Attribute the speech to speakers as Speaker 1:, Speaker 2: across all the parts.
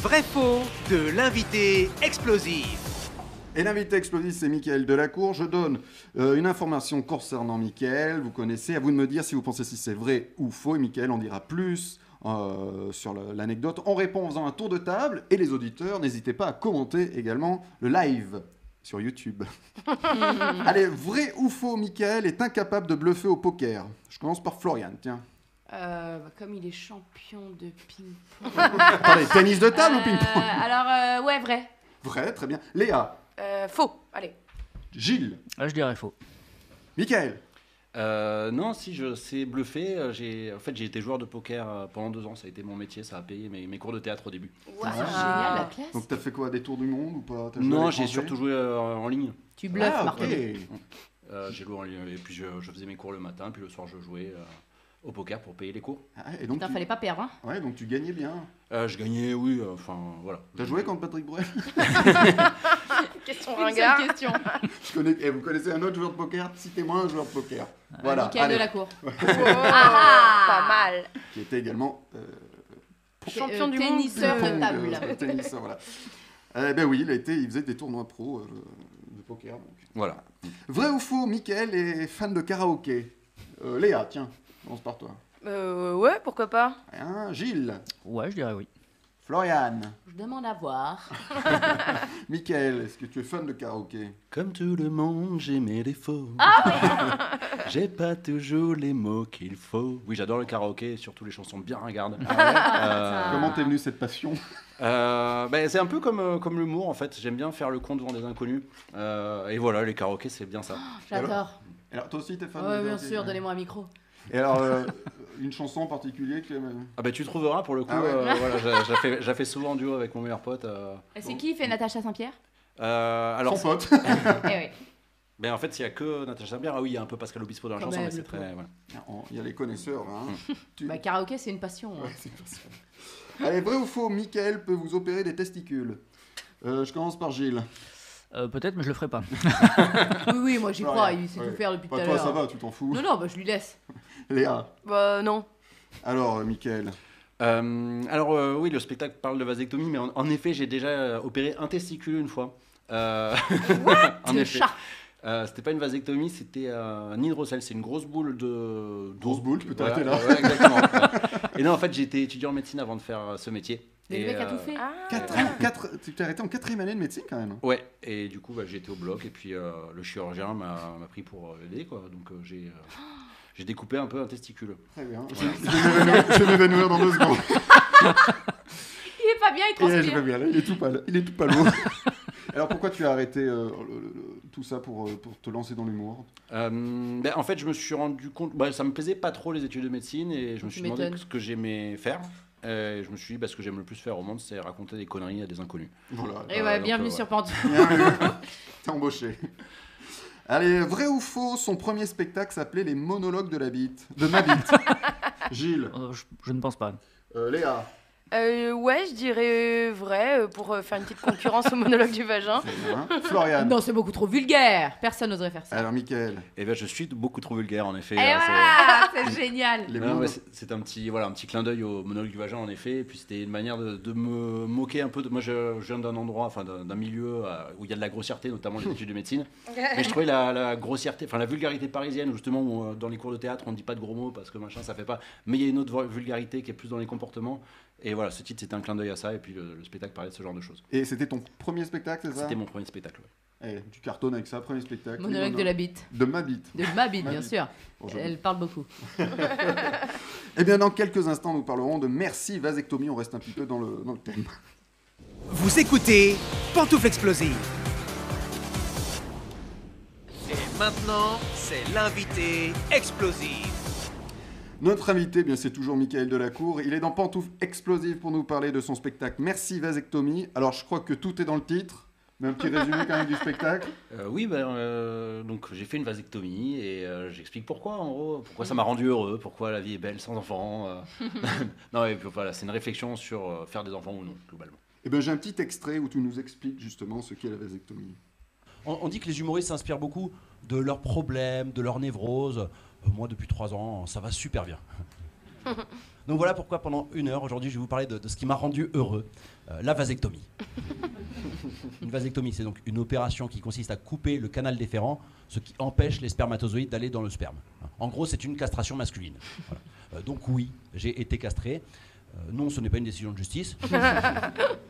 Speaker 1: vrai faux de l'invité explosif.
Speaker 2: Et l'invité explosif, c'est Mickaël Delacour. Je donne euh, une information concernant Mickaël. Vous connaissez, à vous de me dire si vous pensez si c'est vrai ou faux. Et Mickaël en dira plus euh, sur le- l'anecdote. On répond en faisant un tour de table. Et les auditeurs, n'hésitez pas à commenter également le live sur YouTube. Allez, vrai ou faux, Mickaël est incapable de bluffer au poker. Je commence par Florian, tiens.
Speaker 3: Euh, bah, comme il est champion de ping-pong.
Speaker 2: Attendez, tennis de table ou
Speaker 3: Euh,
Speaker 2: ping-pong
Speaker 3: Alors, euh, ouais, vrai.
Speaker 2: Vrai, très bien. Léa,
Speaker 3: Euh, faux. Allez.
Speaker 2: Gilles,
Speaker 4: Ah, je dirais faux.
Speaker 2: Mickaël.
Speaker 5: Euh, non, si je sais bluffer, euh, j'ai en fait j'ai été joueur de poker euh, pendant deux ans, ça a été mon métier, ça a payé mes, mes cours de théâtre au début.
Speaker 3: Waouh,
Speaker 2: Ah.
Speaker 3: génial la classe.
Speaker 2: Donc t'as fait quoi Des tours du monde ou pas T'as joué à
Speaker 5: Non, j'ai
Speaker 2: l'étranger
Speaker 5: surtout joué euh, en ligne.
Speaker 6: Tu bluffes,
Speaker 2: Ah, ok.
Speaker 6: Martin.
Speaker 5: Euh, j'ai joué en ligne et puis je, je faisais mes cours le matin, puis le soir je jouais euh, au poker pour payer les cours.
Speaker 2: Ah, et donc,
Speaker 6: Putain,
Speaker 2: tu...
Speaker 6: fallait pas perdre, hein.
Speaker 2: ouais, donc tu gagnais bien.
Speaker 5: Euh, je gagnais, oui, euh, enfin voilà.
Speaker 2: T'as joué contre Patrick Bruel
Speaker 3: Question
Speaker 6: Une
Speaker 3: ringard.
Speaker 6: seule question.
Speaker 2: Je connais- eh, Vous connaissez un autre joueur de poker Citez-moi un joueur de poker. Voilà,
Speaker 6: Mickaël de
Speaker 2: allez.
Speaker 6: la cour.
Speaker 3: Ah, pas mal.
Speaker 2: qui était également euh,
Speaker 3: Champion
Speaker 6: Euh,
Speaker 3: du monde.
Speaker 6: Tennisseur de
Speaker 2: ping-pong,
Speaker 6: table.
Speaker 2: euh, tennisseur, voilà. Eh ben oui, il, a été, il faisait des tournois pro euh, de poker. donc.
Speaker 5: Voilà.
Speaker 2: Vrai ou faux, Mickaël est fan de karaoké. Euh, Léa, tiens, commence par toi.
Speaker 3: Euh, ouais, pourquoi pas.
Speaker 2: Hein, Gilles,
Speaker 4: Ouais, je dirais oui.
Speaker 2: Florian,
Speaker 6: Je demande à voir.
Speaker 2: Mickaël, est-ce que tu es fan de karaoké
Speaker 5: Comme tout le monde, j'ai mes défauts. j'ai pas toujours les mots qu'il faut. Oui, j'adore le karaoké, surtout les chansons bien ringardes.
Speaker 6: Ah.
Speaker 5: Euh,
Speaker 2: Comment t'es venu cette passion
Speaker 5: Euh, ben, c'est un peu comme, euh, comme l'humour en fait, j'aime bien faire le con devant des inconnus. Euh, et voilà, les karaokés c'est bien ça.
Speaker 6: J'adore.
Speaker 2: Alors toi aussi t'es fan
Speaker 6: Ouais,
Speaker 2: de
Speaker 6: bien
Speaker 2: karaoké
Speaker 6: sûr, donnez-moi un micro.
Speaker 2: Et alors, euh, une chanson en particulier euh, que...
Speaker 5: Ah ben tu trouveras pour le coup,
Speaker 2: Ah ouais.
Speaker 5: euh, voilà, j'a- j'a fait- j'a fait souvent en duo avec mon meilleur pote. euh.
Speaker 6: Et C'est qui fait Natacha Saint-Pierre
Speaker 5: Euh, alors,
Speaker 2: Son pote.
Speaker 6: Eh oui.
Speaker 5: ben, en fait il y a que Natacha Saint-Pierre, ah oui il y a un peu Pascal Obispo dans la
Speaker 6: Quand
Speaker 5: chanson,
Speaker 6: même,
Speaker 5: mais c'est
Speaker 6: le
Speaker 5: très... voilà.
Speaker 2: Oh, Il y a les connaisseurs, là. hein. Tu-
Speaker 6: Bah, karaoké, c'est une passion.
Speaker 2: Ouais,
Speaker 6: hein.
Speaker 2: c'est pour ça. Allez, vrai ou faux, Michael peut vous opérer des testicules. Euh, je commence par Gilles.
Speaker 4: Euh, Peut-être, mais je le ferai pas.
Speaker 6: Oui, oui, moi j'y
Speaker 2: Ouais,
Speaker 6: crois. Il sait
Speaker 2: ouais.
Speaker 6: tout faire depuis tout
Speaker 2: Pas Bah,
Speaker 6: à
Speaker 2: toi,
Speaker 6: l'heure.
Speaker 2: ça va, tu t'en fous.
Speaker 6: Non, non, bah, je lui laisse.
Speaker 2: Léa.
Speaker 3: Bah non.
Speaker 2: Alors, euh, Michael.
Speaker 5: Euh, alors euh, oui, le spectacle parle de vasectomie, mais en, en effet j'ai déjà euh, opéré un testicule une fois. Euh, en
Speaker 6: Le
Speaker 5: effet.
Speaker 6: chat.
Speaker 5: Euh, c'était pas une vasectomie, c'était euh, un hydrocèle. C'est une grosse boule de.
Speaker 2: Grosse boule, tu peux t'arrêter
Speaker 5: Voilà, ouais, exactement. et non, en fait, j'étais étudiant en médecine avant de faire euh, ce métier.
Speaker 6: Mais le
Speaker 5: Et,
Speaker 6: mec a
Speaker 5: euh,
Speaker 6: tout fait.
Speaker 3: Ah.
Speaker 2: Quatre ans, quatre... Tu t'es arrêté en quatrième année de médecine, quand même.
Speaker 5: Ouais, et du coup, bah, j'étais au bloc, et puis euh, le chirurgien m'a m'a pris pour euh, l'aider, quoi. Donc, euh, j'ai. euh, J'ai découpé un peu un testicule.
Speaker 2: Très bien. Je je vais m'évanouir dans deux secondes.
Speaker 6: Il est pas bien, il
Speaker 2: Et là, je
Speaker 6: transpire.
Speaker 2: vais bien, là, il est tout pâle. Il est tout pâle. Alors, pourquoi tu as arrêté euh, le- le- le- tout ça pour, euh, pour te lancer dans l'humour
Speaker 5: Euh, bah, en fait, je me suis rendu compte, bah, ça me plaisait pas trop les études de médecine, et je me
Speaker 6: Tu
Speaker 5: suis demandé
Speaker 6: m'étonnes.
Speaker 5: ce que j'aimais faire. Et je me suis dit, bah, ce que j'aime le plus faire au monde, c'est raconter des conneries à des inconnus.
Speaker 2: Voilà.
Speaker 6: Et ouais,
Speaker 5: Euh, donc,
Speaker 6: Eh ben, bienvenue
Speaker 5: euh,
Speaker 6: sur Pendu.
Speaker 2: T'es embauché. Allez, vrai ou faux, son premier spectacle s'appelait Les monologues de la bite. De ma bite. Gilles,
Speaker 4: Euh, je, je ne pense pas.
Speaker 2: euh, Léa.
Speaker 3: Euh, ouais, je dirais vrai euh, pour euh, faire une petite concurrence au monologue du vagin.
Speaker 2: hein,
Speaker 5: Ah.
Speaker 2: Florian.
Speaker 6: Non, c'est beaucoup trop vulgaire. Personne n'oserait faire ça.
Speaker 2: Alors, Michael.
Speaker 5: Et ben, je suis beaucoup trop vulgaire, en effet.
Speaker 6: Eh
Speaker 5: euh, Ah, c'est-
Speaker 6: voilà, c'est génial.
Speaker 2: Les
Speaker 5: Non,
Speaker 2: monologues-
Speaker 5: mais Ah c'est- c'est un petit, voilà, un petit clin d'œil au monologue du vagin, en effet. Et puis c'était une manière de, de me moquer un peu. De, moi, je, je viens d'un endroit, enfin d'un d'un milieu euh, où il y a de la grossièreté, notamment les études de médecine. Et je trouvais la, la grossièreté, enfin la vulgarité parisienne, justement, où, euh, dans les cours de théâtre, on ne dit pas de gros mots parce que machin, ça fait pas. Mais il y a une autre vo- vulgarité qui est plus dans les comportements. Et voilà, ce titre, c'était un clin d'œil à ça. Et puis le, le spectacle parlait de ce genre de choses.
Speaker 2: Et c'était ton premier spectacle, c'est ça
Speaker 5: C'était mon premier spectacle. ouais.
Speaker 2: Eh, Tu cartonnes avec ça, premier spectacle. les
Speaker 6: Monologue de la
Speaker 2: monologues
Speaker 6: bite.
Speaker 2: de ma bite.
Speaker 6: De ma bite,
Speaker 2: Ma
Speaker 6: bien
Speaker 2: bite.
Speaker 6: sûr.
Speaker 2: Bonjour.
Speaker 6: Elle parle beaucoup.
Speaker 2: Eh bien, dans quelques instants, nous parlerons de merci vasectomie. On reste un petit peu dans le, dans le thème.
Speaker 1: Vous écoutez Pantoufle Explosive. Et maintenant, c'est l'invité explosif.
Speaker 2: Notre invité, eh bien c'est toujours Michael Delacour. Il est dans Pantoufle Explosive pour nous parler de son spectacle Merci Vasectomie. Alors, je crois que tout est dans le titre, mais un petit résumé quand même du spectacle.
Speaker 5: Euh, oui, ben, euh, donc j'ai fait une vasectomie et euh, j'explique pourquoi en gros, pourquoi ça m'a rendu heureux, pourquoi la vie est belle sans enfants. euh. non, et puis voilà, c'est une réflexion sur euh, faire des enfants ou non, globalement.
Speaker 2: Eh bien, j'ai un petit extrait où tu nous expliques justement ce qu'est la vasectomie.
Speaker 7: On, on dit que les humoristes s'inspirent beaucoup de leurs problèmes, de leurs névroses. Euh, moi, depuis trois ans, ça va super bien. Donc voilà pourquoi pendant une heure aujourd'hui je vais vous parler de, de ce qui m'a rendu heureux, euh, la vasectomie. une vasectomie, c'est donc une opération qui consiste à couper le canal déférent, ce qui empêche les spermatozoïdes d'aller dans le sperme. En gros, c'est une castration masculine. Voilà. Euh, donc oui, j'ai été castré. Euh, non, ce n'est pas une décision de justice.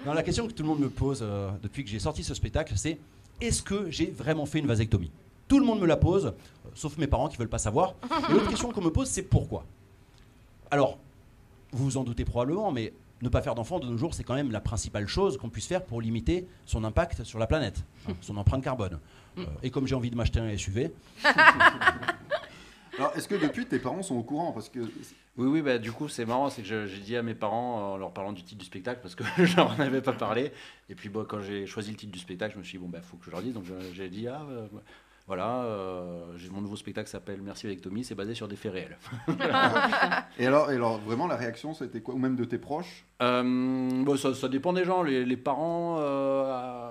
Speaker 7: Non, la question que tout le monde me pose euh, depuis que j'ai sorti ce spectacle, c'est est-ce que j'ai vraiment fait une vasectomie Tout le monde me la pose, euh, sauf mes parents qui veulent pas savoir. Et l'autre question qu'on me pose, c'est pourquoi Alors, vous vous en doutez probablement, mais ne pas faire d'enfant de nos jours, c'est quand même la principale chose qu'on puisse faire pour limiter son impact sur la planète, hein, son empreinte carbone. Euh, et comme j'ai envie de m'acheter un SUV,
Speaker 2: Alors, est-ce que depuis tes parents sont au courant Parce que
Speaker 5: Oui, oui, bah, du coup, c'est marrant, c'est que je- j'ai dit à mes parents, euh, en leur parlant du titre du spectacle, parce que je leur en avais pas parlé. Et puis, bah, quand j'ai choisi le titre du spectacle, je me suis dit, bon, bah, faut que je leur dise. Donc, je- j'ai dit, ah, euh, voilà, euh, j'ai- mon nouveau spectacle s'appelle Merci avec Tommy, c'est basé sur des faits réels.
Speaker 2: et alors, et alors vraiment la réaction c'était quoi Ou même de tes proches
Speaker 5: Euh, bon, ça, ça dépend des gens. Les, les parents, euh,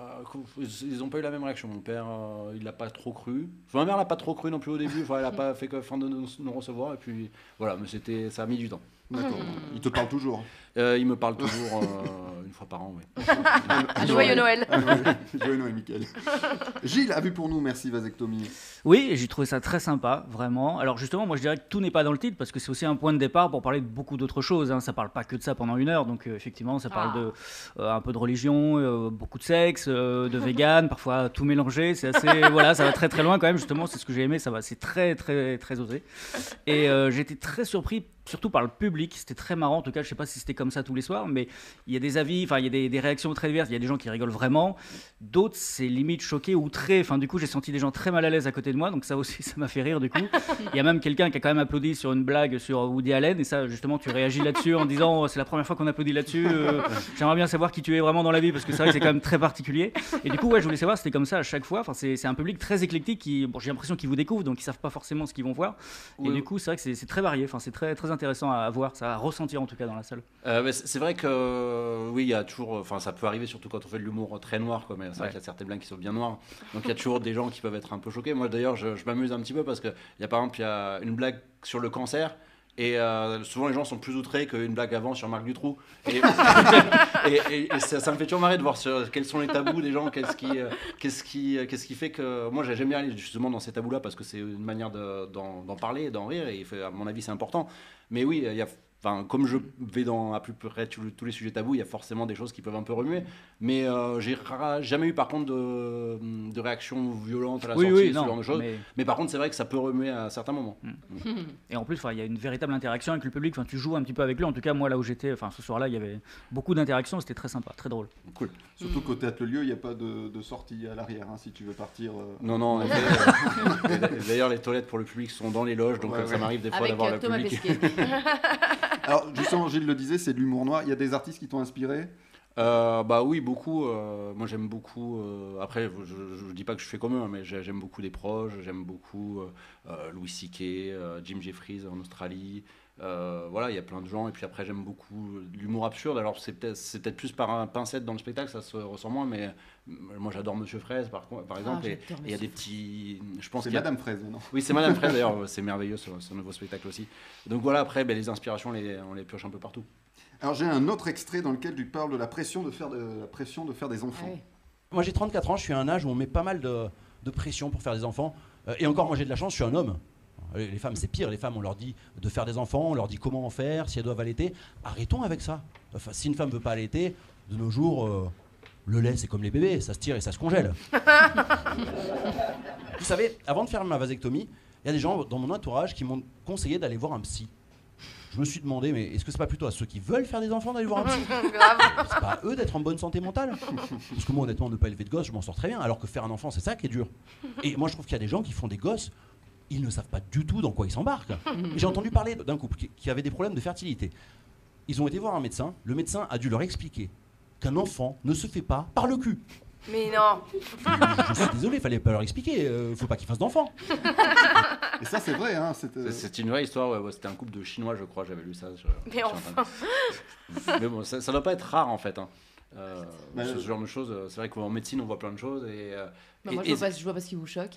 Speaker 5: ils n'ont pas eu la même réaction. Mon père, euh, il l'a pas trop cru. Enfin, ma mère l'a pas trop cru non plus au début. Enfin, elle a pas fait que fin de nous, nous recevoir. Et puis, voilà, mais c'était, ça a mis du temps.
Speaker 2: D'accord.
Speaker 3: Mmh.
Speaker 2: Ils te parlent toujours.
Speaker 5: Euh, il me parle toujours euh, une fois par an, oui.
Speaker 3: Un joyeux Noël.
Speaker 2: Ah ouais, Joël Noël, Mickaël. Gilles a vu pour nous, merci vasectomie.
Speaker 4: Oui, et j'ai trouvé ça très sympa, vraiment. Alors justement, moi je dirais que tout n'est pas dans le titre parce que c'est aussi un point de départ pour parler de beaucoup d'autres choses. Hein. Ça parle pas que de ça pendant une heure, donc euh, effectivement, ça parle
Speaker 6: Ah.
Speaker 4: de euh, un peu de religion, euh, beaucoup de sexe, euh, de vegan, parfois tout mélangé. C'est assez, voilà, ça va très très loin quand même. Justement, c'est ce que j'ai aimé. Ça va, c'est très très très osé. Et euh, j'étais très surpris, surtout par le public. C'était très marrant. En tout cas, je sais pas si c'était comme ça tous les soirs, mais il y a des avis, enfin il y a des, des réactions très diverses. Il y a des gens qui rigolent vraiment, d'autres c'est limite choqué, outré. Enfin du coup, j'ai senti des gens très mal à l'aise à côté de moi, donc ça aussi ça m'a fait rire du coup. Il y a même quelqu'un qui a quand même applaudi sur une blague sur Woody Allen et ça justement tu réagis là-dessus en disant oh, c'est la première fois qu'on applaudit là-dessus. euh, J'aimerais bien savoir qui tu es vraiment dans la vie parce que c'est vrai que c'est quand même très particulier. Et du coup ouais, je voulais savoir c'était comme ça à chaque fois. Enfin c'est c'est un public très éclectique qui bon j'ai l'impression qu'ils vous découvrent donc ils savent pas forcément ce qu'ils vont voir. Et
Speaker 5: Oui,
Speaker 4: du
Speaker 5: oui.
Speaker 4: coup c'est vrai que c'est c'est très varié. Enfin c'est très très intéressant à, à voir, ça à ressentir en tout cas dans la salle.
Speaker 5: Euh, mais c'est c'est vrai que euh, oui, il y a toujours, enfin ça peut arriver surtout quand on fait de l'humour très noir, comme c'est vrai
Speaker 4: Ouais.
Speaker 5: qu'il y a certaines blagues qui sont bien noires. Donc il y a toujours des gens qui peuvent être un peu choqués. Moi d'ailleurs, je, je m'amuse un petit peu parce que il y a par exemple il y a une blague sur le cancer. Et euh, souvent les gens sont plus outrés qu'une blague avant sur Marc Dutroux. Et, et- et- et ça, ça me fait toujours marrer de voir sur- quels sont les tabous des gens, qu'est-ce qui, euh, qu'est-ce qui, euh, qu'est-ce qui fait que moi j'aime bien aller justement dans ces tabous-là parce que c'est une manière de- d'en d'en parler, d'en rire. Et il fait- à mon avis c'est important. Mais oui, il y a Enfin, comme je vais dans à peu près tous tous les sujets tabous, il y a forcément des choses qui peuvent un peu remuer. Mais euh, j'ai ra- jamais eu par contre de, de réaction violente à la sortie, ce genre de choses. Mais...
Speaker 4: mais-
Speaker 5: par contre, c'est vrai que ça peut remuer à certains moments.
Speaker 4: Et en plus, enfin, il y a une véritable interaction avec le public. Enfin, tu joues un petit peu avec lui. En tout cas, moi, là où j'étais, enfin, ce soir-là, il y avait beaucoup d'interactions. C'était très sympa, très drôle.
Speaker 5: Cool.
Speaker 3: Mmh.
Speaker 2: Surtout qu'au théâtre le lieu, il n'y a pas de, de sortie à l'arrière hein, si tu veux partir. euh.
Speaker 5: Non, non, en fait, euh, d'ailleurs, les toilettes pour le public sont dans les loges, donc
Speaker 2: Ouais,
Speaker 5: euh, ça
Speaker 2: ouais.
Speaker 5: m'arrive des fois
Speaker 6: Avec
Speaker 5: d'avoir
Speaker 6: euh,
Speaker 5: le
Speaker 6: Thomas
Speaker 5: public.
Speaker 6: Pesquet.
Speaker 2: Alors justement, Gilles le disait, c'est de l'humour noir. Il y a des artistes qui t'ont inspiré.
Speaker 5: Euh, bah oui, beaucoup. euh, moi, j'aime beaucoup. euh, après, je, je, je dis pas que je fais comme eux, hein, mais j'ai- j'aime beaucoup des proches. J'aime beaucoup euh, euh, Louis C.K., euh, Jim Jeffries en Australie. euh, voilà, il y a plein de gens. Et puis après, j'aime beaucoup l'humour absurde. Alors, c'est peut-être c'est peut-être plus par un pincette dans le spectacle, ça se ressent moins. Mais euh, moi, j'adore Monsieur Fraise, par, co-
Speaker 2: Ah,
Speaker 5: par exemple. et
Speaker 6: j'adore
Speaker 5: et il y
Speaker 6: Monsieur
Speaker 5: a des petits. Je pense
Speaker 2: C'est
Speaker 5: qu'il y a-
Speaker 2: Madame Fraise, non
Speaker 5: Oui, c'est Madame Fraise d'ailleurs. euh, C'est merveilleux ce, ce nouveau spectacle aussi. Donc voilà, après, ben, les inspirations, les- on les pioche un peu partout.
Speaker 2: Alors j'ai un autre extrait dans lequel tu parles de la pression de faire, de, la pression de faire des
Speaker 6: Ah
Speaker 2: enfants.
Speaker 6: oui.
Speaker 7: Moi j'ai 34 ans, je suis à un âge où on met pas mal de, de pression pour faire des enfants. Euh, et encore, moi j'ai de la chance, je suis un homme. Les, les femmes, c'est pire. Les femmes, on leur dit de faire des enfants, on leur dit comment en faire, si elles doivent allaiter. Arrêtons avec ça. Enfin, si une femme veut pas allaiter, de nos jours, euh, le lait c'est comme les bébés, ça se tire et ça se congèle. Vous savez, avant de faire ma vasectomie, il y a des gens dans mon entourage qui m'ont conseillé d'aller voir un psy. Je me suis demandé, mais est-ce que c'est pas plutôt à ceux qui veulent faire des enfants d'aller voir un psy
Speaker 3: Grave.
Speaker 7: c'est pas à eux d'être en bonne santé mentale. Parce que moi, honnêtement, ne pas élever de gosse, je m'en sors très bien. Alors que faire un enfant, c'est ça qui est dur. Et moi, je trouve qu'il y a des gens qui font des gosses, ils ne savent pas du tout dans quoi ils s'embarquent. J'ai entendu parler d'un couple qui- qui avait des problèmes de fertilité. Ils ont été voir un médecin. Le médecin a dû leur expliquer qu'un enfant ne se fait pas par le cul.
Speaker 3: Mais non.
Speaker 7: Je suis désolé, fallait pas leur expliquer. euh, faut pas qu'ils fassent d'enfants.
Speaker 2: Et ça, c'est vrai. Hein, c'est, euh,
Speaker 5: C'est- C'est une vraie histoire, ouais, ouais, c'était un couple de Chinois, je crois, j'avais lu ça. sur-
Speaker 3: Mais
Speaker 5: sur
Speaker 3: enfin.
Speaker 5: Internet. Mais bon, ça, ça doit pas être rare en fait. hein. Euh,
Speaker 2: Bah,
Speaker 5: ce
Speaker 2: euh,
Speaker 5: genre de choses, euh, c'est vrai qu'en médecine, on voit plein de choses. Et, euh,
Speaker 6: Bah,
Speaker 5: et-
Speaker 6: moi, je
Speaker 5: et-
Speaker 6: vois, pas, je vois pas ce qui vous choque.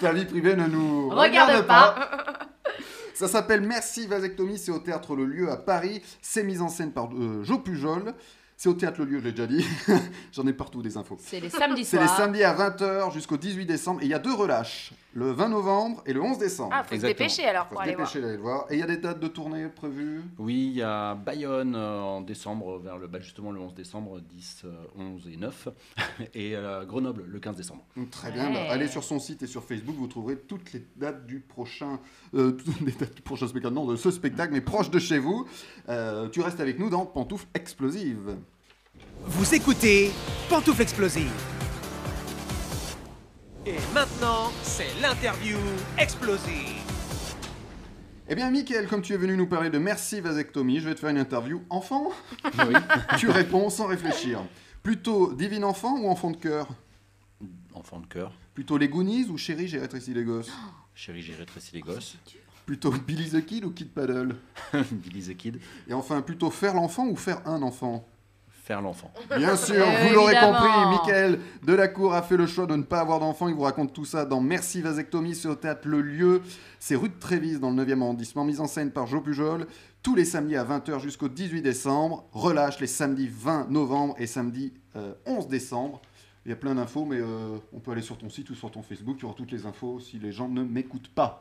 Speaker 2: Ta vie privée ne nous
Speaker 6: Regarde pas.
Speaker 2: Ça s'appelle Merci Vasectomie, c'est au théâtre Le Lieu à Paris. C'est mis en scène par euh, Jo Pujol. C'est au théâtre Le Lieu, je l'ai déjà dit. J'en ai partout des infos.
Speaker 6: C'est les samedis
Speaker 2: C'est
Speaker 6: soirs.
Speaker 2: les samedis à 20h jusqu'au 18 décembre. Et il y a deux relâches, le 20 novembre et le 11 décembre.
Speaker 3: Ah, faut se
Speaker 5: Exactement.
Speaker 3: dépêcher alors
Speaker 2: Faut
Speaker 3: pour
Speaker 2: se
Speaker 3: aller voir.
Speaker 2: dépêcher d'aller le voir. Et il y a des dates de tournée prévues.
Speaker 5: Oui, il y a Bayonne euh, en décembre, euh, vers le, bah, justement le 11 décembre, 10, euh, 11 et 9, et euh, Grenoble le 15 décembre.
Speaker 2: Donc, Très bien,
Speaker 6: Ouais.
Speaker 2: bah, allez sur son site et sur Facebook, vous trouverez toutes les dates du prochain, euh, toutes les dates du prochain spectacle, non de ce spectacle, mais proche de chez vous. Euh, tu restes avec nous dans Pantoufles Explosives.
Speaker 1: Vous écoutez Pantoufle Explosive. Et maintenant, c'est l'interview explosive.
Speaker 2: Eh bien, Mickaël, comme tu es venu nous parler de merci vasectomie, je vais te faire une interview enfant.
Speaker 5: Oui.
Speaker 2: tu réponds sans réfléchir. Plutôt divine enfant ou enfant de cœur
Speaker 5: Enfant de cœur,
Speaker 2: Plutôt les Goonies ou chérie, j'ai rétréci les gosses
Speaker 5: chérie, j'ai rétréci les gosses,
Speaker 2: Plutôt Billy the Kid ou Kid Paddle
Speaker 5: Billy the Kid,
Speaker 2: Et enfin, plutôt faire l'enfant ou faire un enfant
Speaker 5: faire l'enfant.
Speaker 2: Bien sûr,
Speaker 6: Euh,
Speaker 2: vous l'aurez
Speaker 6: évidemment.
Speaker 2: compris, Michael Delacour a fait le choix de ne pas avoir d'enfant. Il vous raconte tout ça dans Merci Vasectomie, c'est au théâtre Le Lieu. C'est rue de Trévise, dans le 9e arrondissement, mise en scène par Jo Pujol. Tous les samedis à 20h jusqu'au 18 décembre. Relâche les samedis 20 novembre et samedi euh, 11 décembre. Il y a plein d'infos, mais euh, on peut aller sur ton site ou sur ton Facebook. Tu auras toutes les infos si les gens ne m'écoutent pas.